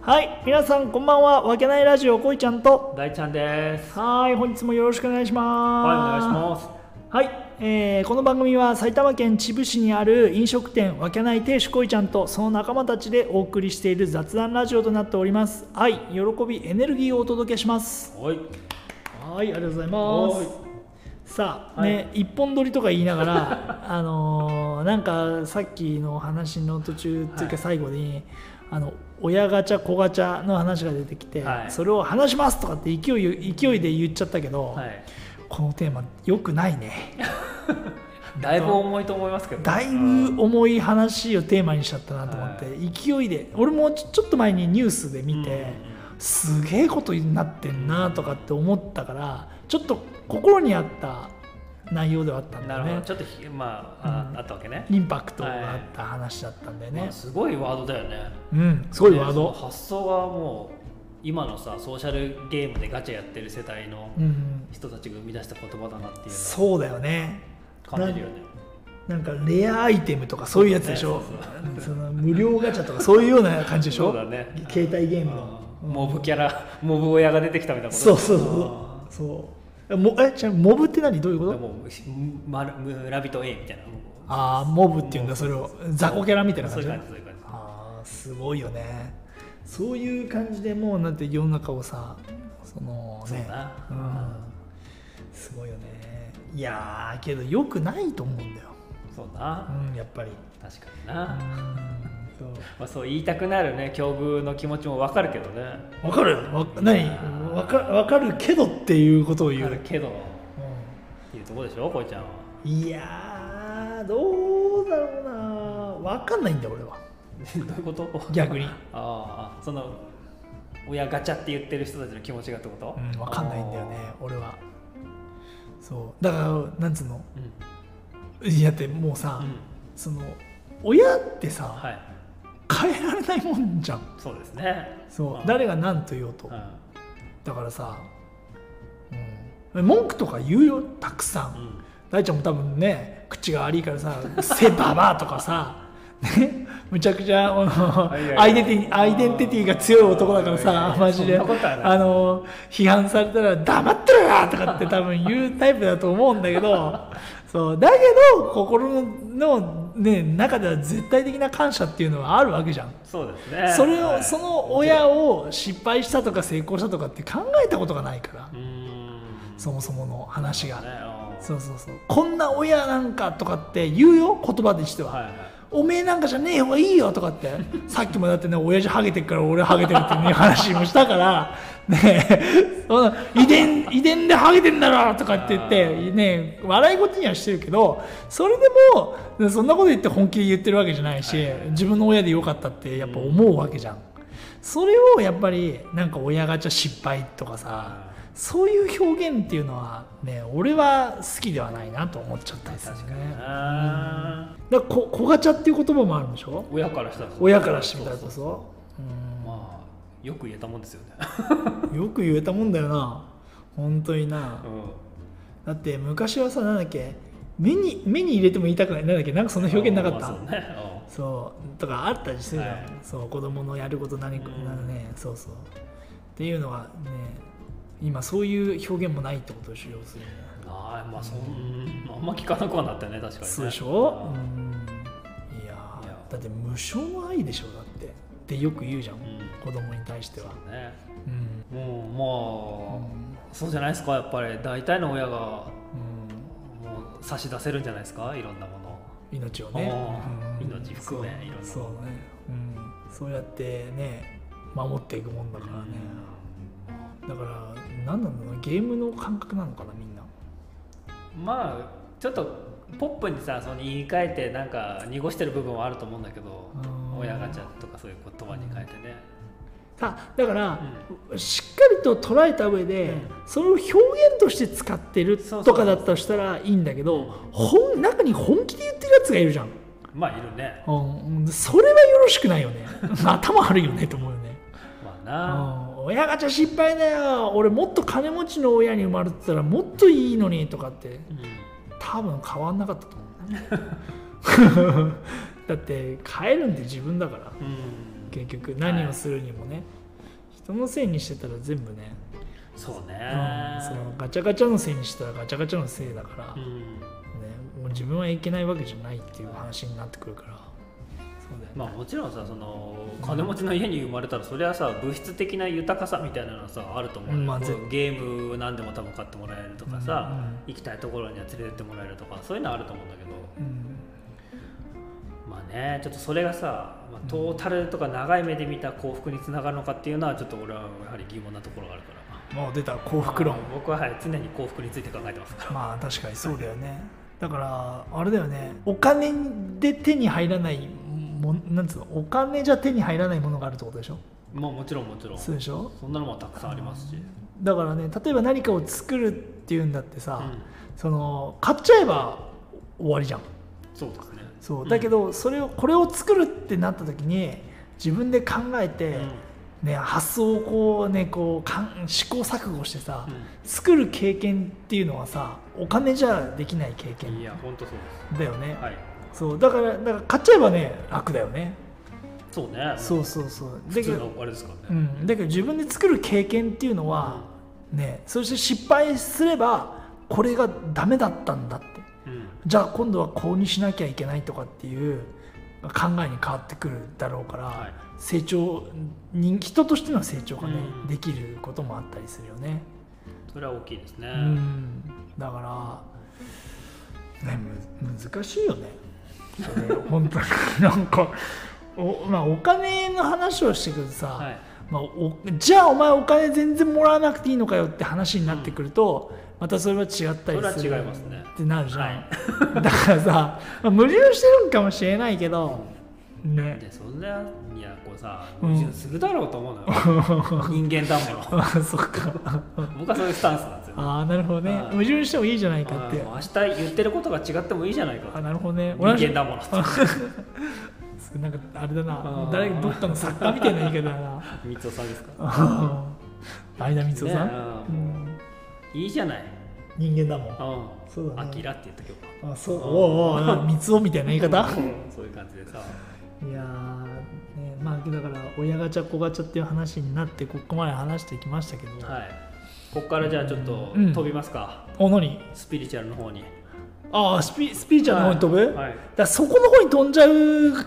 はい皆さんこんばんはわけないラジオこいちゃんと大ちゃんです。はい本日もよろしくお願いしますはい、お願いします。はい、えーこの番組は埼玉県秩父市にある飲食店わけない亭主こいちゃんとその仲間たちでお送りしている雑談ラジオとなっております愛喜びエネルギーをお届けしますはい。はいありがとうございますはさあ、はいね一本撮りとか言いながら あのーなんかさっきの話の途中っていうはかい最後に、あの親ガチャ子ガチャの話が出てきて、はいそれを話しますとかって勢い勢いで言っちゃったけど、 はい。このテーマ良くないねだいぶ重いと思いますけど。だいぶ重い話をテーマにしちゃったなと思って、は勢いで俺もちょちょっと前にニュースで見うんうんうてん、すげえことになってんなとかって思ったからちょっと心にあった内容ではあったんだなるよほど。ねちょっとひまあ、うんああったわけね。インパクトがあった話だったんだよね、まあすごいワードだよね。うんすごいワーねそのド、発想がもう今のさソーシャルゲームでガチャやってる世代のうん、人たちが生み出した言葉だなっていうのそうだよねを感じるよね。なんかレアアイテムとかそういうやつでしょそうだねその無料ガチャとかそういうような感じでしょそうだね携帯ゲームのあーモブキャラ、 モブ親が出てきたみたいなこそうとそうあーそうそうもえちなみにモブって何どういうこでともまる村人 A みたいな。ああモブっていうんだそれを雑魚キャラみたいなそ感ういじう感じそういう感じ。ああすごいよねそういう感じでもうなんて世の中をさそのそうねだう、なんすごいよねいやーけどよくないと思うんだよ、そうなう。ん、やっぱり、確かにな、まうあ、そう言いたくなるね境遇の気持ちもわかるけどねん、わかるわ何わかわかるけどっていうことをわ言かう、るけどっうんていうとこでしょこいちゃんはい やーどうだろうなわかんないんだよ俺はどういうこと逆に、ああその親ガチャって言ってる人たちの気持ちがってことうん、わかんないんだよね俺はそうだからなんつうのあーうんいやだってもうさ、うんその親ってさ、はい変えられないもんじゃんそうですねそう、うん誰が何と言おうと、うんだからさ、うん、文句とか言うよたくさん、うん大ちゃんも多分ね口が悪いからさ「せばば」とかさねむちゃくちゃあのあいやいやアイデンティティアイデンティティが強い男だからいやいやいさやマジでそんなことはないあの批判されたら「黙ってろよ!」とかって多分言うタイプだと思うんだけどそうだけど心の、ね、中では絶対的な感謝っていうのはあるわけじゃん。そうですねそれはをいその親を失敗したとか成功したとかって考えたことがないからうーんそもそもの話がねあーそうそうそうこんな親なんかとかって言うよ言葉でしては、はいはいおめえなんかじゃねえ方がいいよとかって さっきもだってね親父ハゲてるから俺ハゲてるってね話もしたから ねえそんな遺伝遺伝でハゲてんだろとかって言ってあーね笑い事にはしてるけどそれでもそんなこと言って本気で言ってるわけじゃないし、自分の親でよかったってやっぱ思うわけじゃん、それをやっぱりなんか親ガチャ失敗とかさ、そういう表現っていうのはね俺は好きではないなと思っちゃったですねあだからこ子ガチャっていう言葉もあるんでしょー親からしたらそう親からしてみたらそうこそうそまあよく言えたもんですよ ねうんよく言えたもんだよな本当になうんだって昔はさなんだっけ目に目に入れても言いたくないなんだっけなんかそんな表現なかった、まあそうねうんそうとかあったりするじゃん、はいそう子供のやること何かうんなんかねそうそうっていうのはね今そういう表現もないってことを主要するあーまあそんうんあんま聞かなくはなったよね確かに、ね、そうでしょ、うんうんいやーいやだって無償の愛でしょだってってよく言うじゃん、ん子供に対してはねうんもうまあ、そうじゃないですかやっぱり大体の親がもうう差し出せるんじゃないですかいろんなものをん、命をねあ、ーうん命含めそういろんなそうね、うん、そうやってね守っていくもんだからね、だから何なんだろうなゲームの感覚なのかなみんなまあちょっとポップにさその言い換えてなんか濁してる部分はあると思うんだけどうん親ガチャとかそういう言葉に変えてねさだから、しっかりと捉えた上で、うんそれを表現として使ってるそうそうとかだったとしたらいいんだけど本中に本気で言ってるやつがいるじゃん、まあいるねうん、それはよろしくないよね 頭悪いよねと思うよねまあうんな、親ガチャ失敗だよ俺もっと金持ちの親に生まれてたらもっといいのにとかってうん多分変わんなかった と思うだって帰るんで自分だからうん結局何をするにもね、人のせいにしてたら全部ね、そうね、うん、そのガチャガチャのせいにしたらガチャガチャのせいだから、ね、うんもう自分はいけないわけじゃないっていう話になってくるからそうだよねまあもちろんさその金持ちの家に生まれたらそりゃさ物質的な豊かさみたいなのはさあると思うよ、うんまあこう絶対ゲーム何でも多分買ってもらえるとかさ、うんうん行きたいところには連れてってもらえるとかそういうのはあると思うんだけどうんまあねちょっとそれがさ、まあ、トータルとか長い目で見た幸福につながるのかっていうのはちょっと俺はやはり疑問なところがあるからもう出た幸福論まあ僕は、はい、常に幸福について考えてますから まあ確かにそうだよねだからあれだよねお金で手に入らないもんなんつうのお金じゃ手に入らないものがあるってことでしょまあもちろんもちろんそうでしょそんなのもたくさんありますし、だからね例えば何かを作るっていうんだってさ、うんその買っちゃえば終わりじゃんそうですねそうだけど、それをこれを作るってなった時に自分で考えて、ね、発想をこうねこうかん試行錯誤してさ、うん作る経験っていうのはさお金じゃできない経うんい験や本当そうでだよね、すはいそうだからだから買っちゃえばね楽だよね、そうねそうそうそうだ普け通ど,、のあれですからうね、ん、だけど自分で作る経験っていうのは、ねそして失敗すればこれがダメだったんだってうんじゃあ今度はこうにしなきゃいけないとかっていう考えに変わってくるだろうから、はい成長人人としての成長がね、うんできることもあったりするよね、それは大きいですね、うん、だから、ね、む難しいよねそれ本当に なんかお,、まあ、お金の話をしてくるとさ、はいまあ、おじゃあお前お金全然もらわなくていいのかよって話になってくると、またそれは違ったりすそれるは違いますねってなるじゃん、だからさ、まあ、矛盾してるんかもしれないけどねでそんないやこうさうん矛盾するだろうと思うのよ、 人間だもあそっかの僕はそういうスタンスなんです よああなるほどねはい矛盾してもいいじゃないあかってーもう明日言ってることが違ってもいいじゃないあかなるほどね人同じ間だものってなんかあれだなあー誰かどっかの作家みたいな言い方だな 三つさんですか相田光夫さん、ねえあーうもんういいじゃない人間だもんうんそうだなアキラって言ったけどあそうおうおうなんか光雄みたいな言い方うん そういう感じでさいやー、ね、まあだから親ガチャ子ガチャっていう話になってここまで話してきましたけど、はいこっからじゃあちょっとうん飛びますか、お何スピリチュアルの方にああスピスピーチャーの方に飛ぶ、だかはいらそこの方に飛んじゃう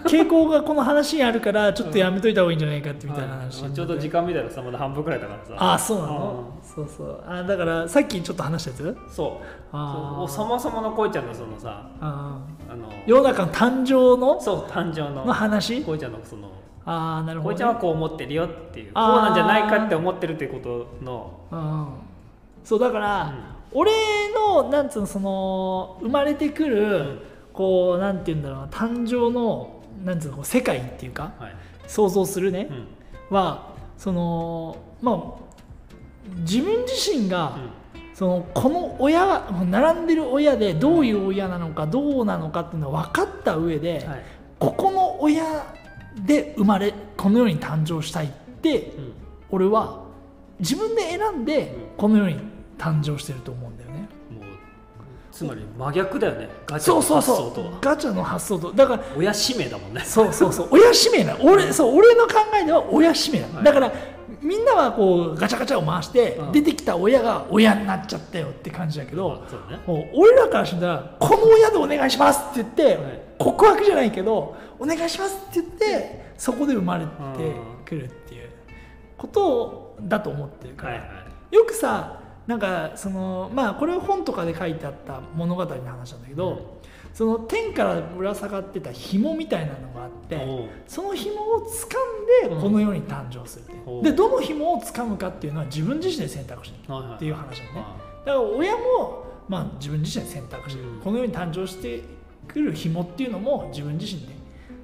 傾向がこの話にあるからちょっとやめといた方がいいんじゃないかってみたいな話になっはいてちょうど時間見たらさまだ半分くらいだからさああそうなのそうそうあだからさっきちょっと話したやつそうあーそうそもそものこいちゃんのそのさあーあの世の中の誕生のそう誕生のの話こいちゃんのそのああなるほこいちど、ゃんねはこう思ってるよっていうこうあーなんじゃないかって思ってるっていうことのうん、そうだから、うん俺のなんつうのその生まれてくる、んこうなんて言うんだろうな誕生のなんつうのこう世界っていうかはい想像するねう、んはそのまあ自分自身が、そのこの親並んでる親でどういう親なのかどうなのかっていうのを分かった上で、うんはいここの親で生まれこの世に誕生したいってうん俺は自分で選んでうんこの世に誕生してると思うんだよね、もうつまり真逆だよねガチャそうそうの発想そとうはガチャの発想とだから親使命だもんねそうそう そう親使命なの俺そう俺の考えでは親使命なの、はいだからみんなはこうガチャガチャを回して、うん出てきた親が親になっちゃったよって感じだけど、そうねもう俺らからしたら「この親でお願いします」って言って、はい告白じゃないけど「お願いします」って言ってそこで生まれてくるっていうことをだと思ってるかはら、いはいよくさなんかそのまあこれ本とかで書いてあった物語の話なんだけど、うんその天からぶら下がってた紐みたいなのがあって。おうその紐を掴んでこの世に誕生するっていう、うんでどの紐を掴むかっていうのは自分自身で選択してるはいはいっていう話だね、はだから親も、まあ、自分自身で選択して、うんこの世に誕生してくる紐っていうのも自分自身で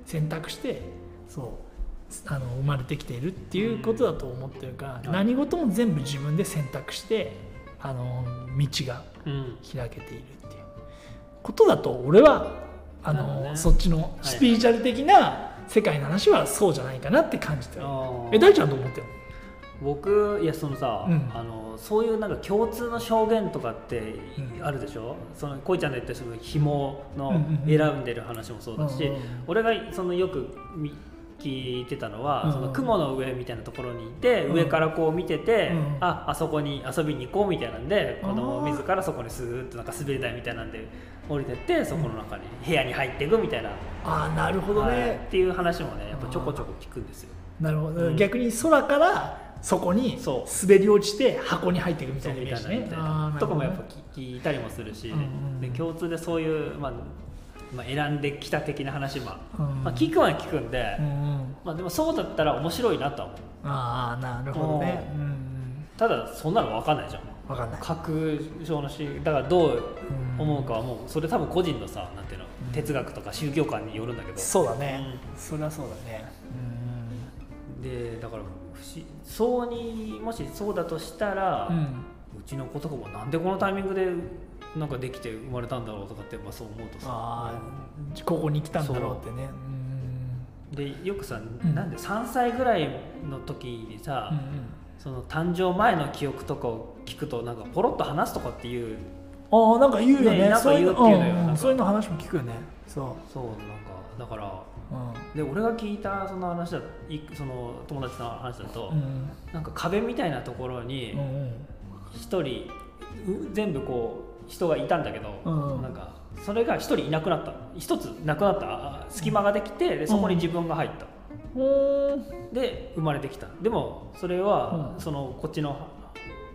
選択してそうあの生まれてきているっていうことだと思ってるから、うん何事も全部自分で選択してあの道がいうん開けているっていうことだと俺はあなるの、ほどねそっちのスピリチュアル的な世界の話はそうじゃないかなって感じてる、あーえ大ちゃんどう思ってる僕いやそのさ、うんあのそういうなんか共通の証言とかってうんあるでしょ、そのこいちゃんの言ったその紐うんのうんうん選んでる話もそうだし、うんうん俺がそのよくみ聞いてたのは、うんその雲の上みたいなところにいて、上からこう見てて、うんああそこに遊びに行こうみたいなんで子供あー自らそこにスーッとなんか滑り台みたいなんで降りてってそこの中に部屋に入っていくみたいな、ああなるほどはいねっ、ていう話もねやっぱちょこちょこ聞くんですよ。なるほど、うん逆に空からそこにそう滑り落ちて箱に入っていくみそたういなイメーみたいジなみねたいあなーとかもやっなぱる聞いたりもするし、うんうんで共通でそういう、まあまあ、選んできた的な話は、ほどねうんまあ、聞くは聞くんで、うんうんまあ、でもそうだったら面白いなとは思うああなるほどねうんうんただそんなの分かんないじゃん分かんない確証のしだからどううん思うかはもうそれ多分個人のさなんていうのうん哲学とか宗教観によるんだけどそうだね、それはそうだねでだから不思そうにもしそうだとしたら、ううんちの子とかもなんでこのタイミングでなんかできて生まれたんだろうとかってやっぱそう思うとあさあここに来たんだろうってねうんでよくさ、んなんで3歳ぐらいの時にさ、うんうんその誕生前の記憶とかを聞くとなんかポロッと話すとかっていうああなんか言うよねねなんかそういう言うっていうのよんなんんかそういうの話も聞くよねそそうなんかだからううんで俺が聞いたその話だいその友達の話だと、うんなんか壁みたいなところうんうにん一人、う全部こう人がいたんだけど、うんなんかそれが一人いなくなった一つなくなったあ隙間ができてでそこに自分が入った、ほーで生まれてきたでもそれは、うんそのこっちの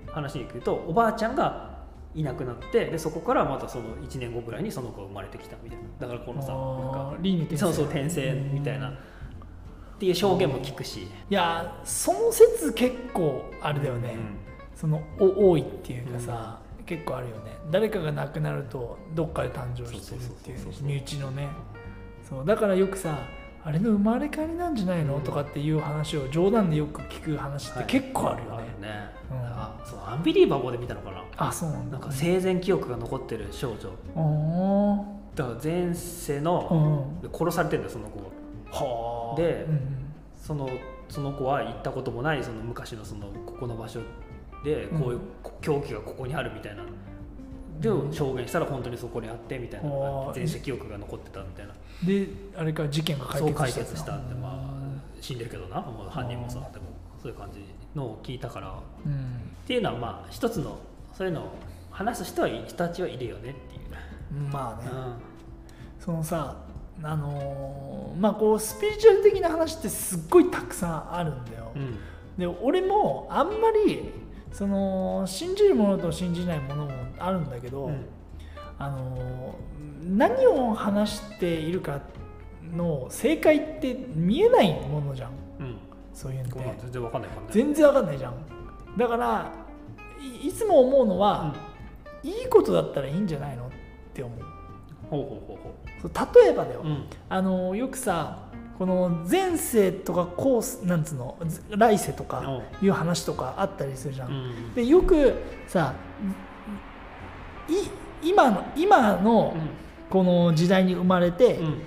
話に行くとおばあちゃんがいなくなってでそこからまたその1年後ぐらいにその子が生まれてきたみたいなだからこのさなんかあー輪廻転生そうそう転生みたいなっていう証言も聞くし、いやーその説結構あれだよね、そのお多いっていうかさ、結構あるよね誰かが亡くなるとどっかで誕生してるっていうそうそうそうそう身内のねそうだからよくさあれの生まれ変わりなんじゃないの、とかっていう話を冗談でよく聞く話って結構あるよね、あるね、うんあそうアンビリーバボーで見たのかなあそうなんだなんか生前記憶が残ってる少女あーだから前世うの、ん殺されてんだよその子がはあでうんそのその子は行ったこともないその昔のそのここの場所でこういううんこ狂気がここにあるみたいなで証言したら本当にそこにあってみたいなあー全世記憶が残ってたみたいなであれか事件が解そう決解した決したってまあ死んでるけどなもう犯人もさあーでもそういう感じのを聞いたからっうん、ていうのはまあ一つのそういうのを話す人はい人たちはいるよねっていうね、まあね、うんそのさあのーまあこうスピリチュアル的な話ってすっごいたくさんあるんだよ、うんで俺もあんまりその信じるものと信じないものもあるんだけど、うんあの何を話しているかの正解って見えないものじゃんうんそういうのってこんなん全然わかんないからね全然わかんないじゃんだからいいつも思うのは、いいことだったらいいんじゃないのって思ううんほうほうほそう例えばだよ、うほううんあのよくさこの前世とか後世なんつうのず来世とかいう話とかあったりするじゃん、うんでよくさい今の今のうんこの時代に生まれて、うん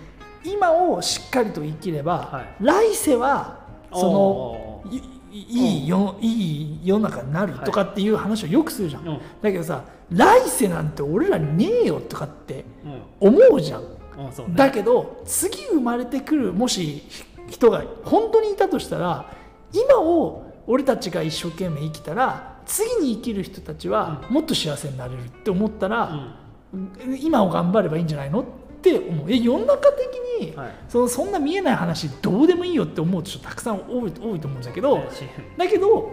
今をしっかりと生きれば、は来世はそのおーいいい世いい世の中になるとかっていう話をよくするじゃん、うんだけどさ来世なんて俺らねえよとかってうん思うじゃん、うんそうねだけど次生まれてくるもし人が本当にいたとしたら今を俺たちが一生懸命生きたら次に生きる人たちはもっと幸せになれるって思ったうら、ん今を頑張ればいいんじゃないのって思うえ世の中的に、はいそのそんな見えない話どうでもいいよって思う人たくさん多い多いと思うんだけど、しだけど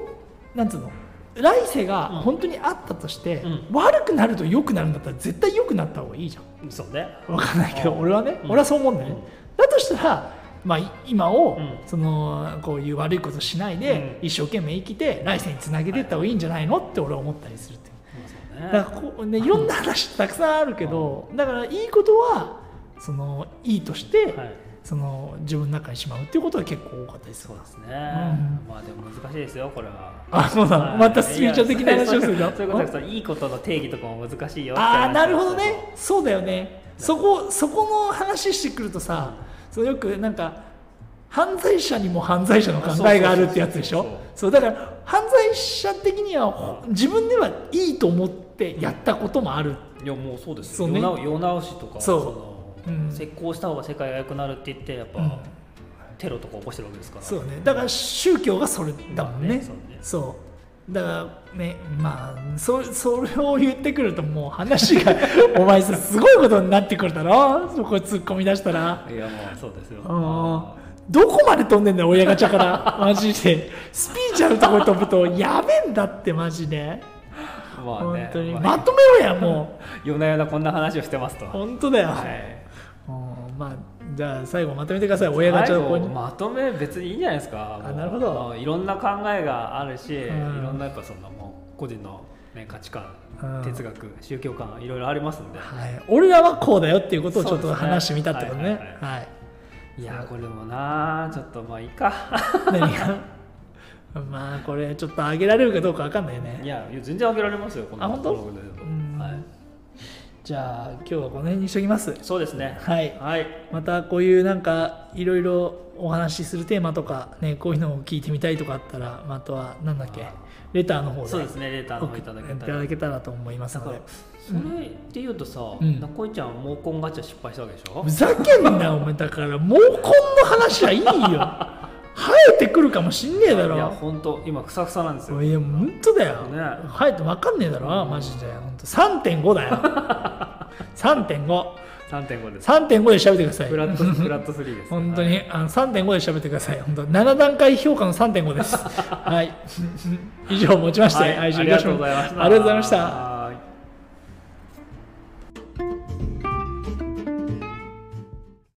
なんつうの来世が本当にあったとして、う悪くなると良くなるんだったら絶対良くなった方がいいじゃん。そうねわかんないけどうん俺はね、うん俺はそう思うんだよね、うんだとしたら、まあ、い今を、うんそのこういう悪いことしないで、うん一生懸命生きて来世につなげていった方がいいんじゃないのって俺は思ったりするっていうそうだからねこう、ね、いろんな話たくさんあるけど、だからいいことはそのいいとして、はいその自分の中にしまうっていうことは結構多かったりすそるうですね、んまあでも難しいですよこれはあそうなの、はいまたスピーチャー的な話をするいやのそういうことですいいことの定義とかも難しいよって話ああなるほどねそうだよねそこそこの話してくるとさ、そのよくなんか犯罪者にも犯罪者の考えがあるってやつでしそうそうょそうだから犯罪者的にはほ自分ではいいと思ってやったこともある、いやもうそうですそうよね世直世直しとかそうのうん石膏した方が世界が良くなるって言ってやっぱ、うんテロとか起こしてるわけですからそうねだから宗教がそれだもんね,、まあねそそううねだからねまあそそれを言ってくるともう話が お前さすごいことになってくるだろそこ突っ込み出したらいやもうそうですようんどこまで飛んでんだよ親ガチャから マジでスピーチあるところ飛ぶとやべえんだってマジでまあ本ね当にままあとめろやも夜な夜なこんな話をしてますとう本当だよ、はいうんまあじゃあ最後まとめてください親ガチャ最のポイ後ントまとめ別にいいんじゃないですかあもうなるほどあいろんな考えがあるし、うんいろんなやっぱそんなもう個人の、ね、価値観、うん哲学宗教観いろいろありますんではい、俺らはこうだよっていうことをちょっそうとですね話してみたってことね。はいはいはいいやーこれもなーちょっとまあいいか 何が まあこれちょっと上げられるかどうかわかんないねい。やいや全然あげられますよこんなあ本当こんなことうんはい、じゃあ今日はこの辺にしときます。そうですねはい。はいまたこういうなんかいろいろお話しするテーマとかねこういうのを聞いてみたいとかあったらまああとはなんだっけあレターの方でそうですねレーターの方送っいただけていたたらだけたらと思いますだかのらで。それで言うとさ、うん中井ちゃん毛根ガチャ失敗したわけでしょふざけんなお前だから毛根の話はいいよ。生えてくるかもしんねえだろ。いや本当今ふさふさなんですよいや本当だよ、ね入って分かんねえだろマジで本当3.5だよ3.53.5 3.5ですで調べてくださいフラットフラット3です本当はいに、あの3.5で調べてください本当7段階評価の3.5ですはい以上をもちまして、はい愛情ありがとうございましたありがとうございました